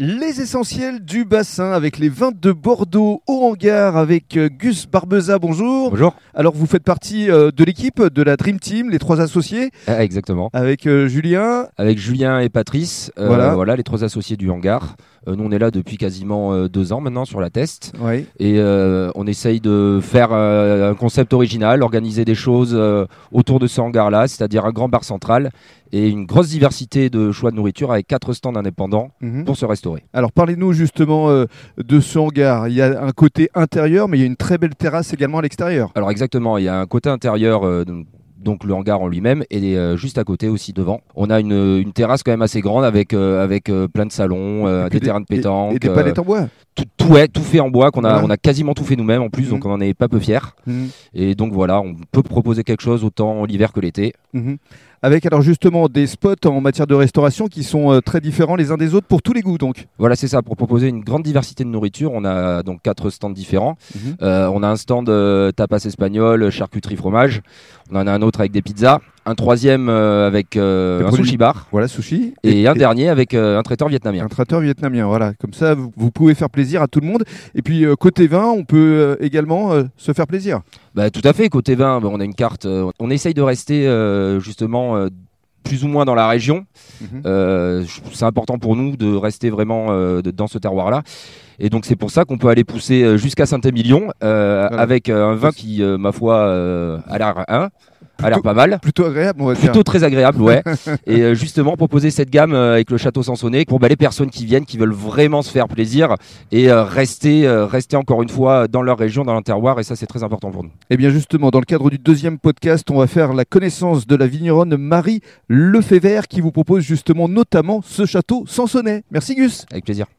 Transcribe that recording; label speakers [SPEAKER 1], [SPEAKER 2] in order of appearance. [SPEAKER 1] Les essentiels du bassin avec les vins de Bordeaux au hangar avec euh, Gus Barbeza, bonjour.
[SPEAKER 2] Bonjour.
[SPEAKER 1] Alors vous faites partie euh, de l'équipe de la Dream Team, les trois associés,
[SPEAKER 2] Ah, exactement.
[SPEAKER 1] avec euh, Julien.
[SPEAKER 2] Avec Julien et Patrice, euh,
[SPEAKER 1] Voilà.
[SPEAKER 2] voilà. les trois associés du hangar. Euh, nous, on est là depuis quasiment euh, deux ans maintenant sur la test.
[SPEAKER 1] Oui.
[SPEAKER 2] Et euh, on essaye de faire euh, un concept original, organiser des choses euh, autour de ce hangar-là, c'est-à-dire un grand bar central et une grosse diversité de choix de nourriture avec quatre stands indépendants pour se restaurer.
[SPEAKER 1] Mhm. Alors parlez-nous justement euh, de ce hangar. Il y a un côté intérieur, mais il y a une très belle terrasse également à l'extérieur.
[SPEAKER 2] Alors exactement, il y a un côté intérieur. euh, donc- donc le hangar en lui-même et euh, juste à côté aussi devant, on a une, une terrasse quand même assez grande avec euh, avec euh, plein de salons, euh,
[SPEAKER 1] Et puis
[SPEAKER 2] des terrains de
[SPEAKER 1] et-
[SPEAKER 2] pétanque,
[SPEAKER 1] Et des
[SPEAKER 2] euh,
[SPEAKER 1] palettes en bois.
[SPEAKER 2] tout, tout est tout fait en bois qu'on a
[SPEAKER 1] Voilà.
[SPEAKER 2] on a quasiment tout fait nous-mêmes en plus donc
[SPEAKER 1] Mhm.
[SPEAKER 2] on en est pas peu fiers
[SPEAKER 1] Mhm.
[SPEAKER 2] et donc voilà on peut proposer quelque chose autant l'hiver que l'été
[SPEAKER 1] Mhm. Avec alors justement des spots en matière de restauration qui sont euh, très différents les uns des autres pour tous les goûts donc.
[SPEAKER 2] voilà c'est ça pour proposer une grande diversité de nourriture on a donc quatre stands différents
[SPEAKER 1] Mhm.
[SPEAKER 2] Euh, on a un stand euh, tapas espagnol charcuterie fromage on en a un autre avec des pizzas un troisième euh, avec euh,
[SPEAKER 1] Des
[SPEAKER 2] un
[SPEAKER 1] produits-
[SPEAKER 2] sushi bar
[SPEAKER 1] Voilà sushi.
[SPEAKER 2] et, un dernier avec euh, un traiteur vietnamien
[SPEAKER 1] Un traiteur vietnamien, voilà. Comme ça, vous, vous pouvez faire plaisir à tout le monde. Et puis, euh, côté vin, on peut euh, également euh, se faire plaisir.
[SPEAKER 2] Bah, tout à fait, côté vin, bah, on a une carte. euh, on essaye de rester euh, justement euh, plus ou moins dans la région.
[SPEAKER 1] Mhm.
[SPEAKER 2] Euh, je- c'est important pour nous de rester vraiment euh, de- dans ce terroir-là. Et donc, c'est pour ça qu'on peut aller pousser euh, jusqu'à Saint-Émilion euh,
[SPEAKER 1] Voilà.
[SPEAKER 2] avec euh, un vin qui, euh, ma foi, euh, a l'air hein, a l'air
[SPEAKER 1] Plutôt-
[SPEAKER 2] pas mal.
[SPEAKER 1] Plutôt agréable, on va dire.
[SPEAKER 2] Plutôt très agréable, ouais. Et euh, justement, proposer cette gamme euh, avec le Château Sansonnet pour bah, les personnes qui viennent, qui veulent vraiment se faire plaisir et euh, rester, euh, rester encore une fois dans leur région, dans leur terroir. Et ça, c'est très important pour nous.
[SPEAKER 1] Et Eh bien justement, dans le cadre du deuxième podcast, on va faire la connaissance de la vigneronne Marie Lefebvre qui vous propose justement notamment ce château Sansonnet. Merci Gus
[SPEAKER 2] Avec plaisir.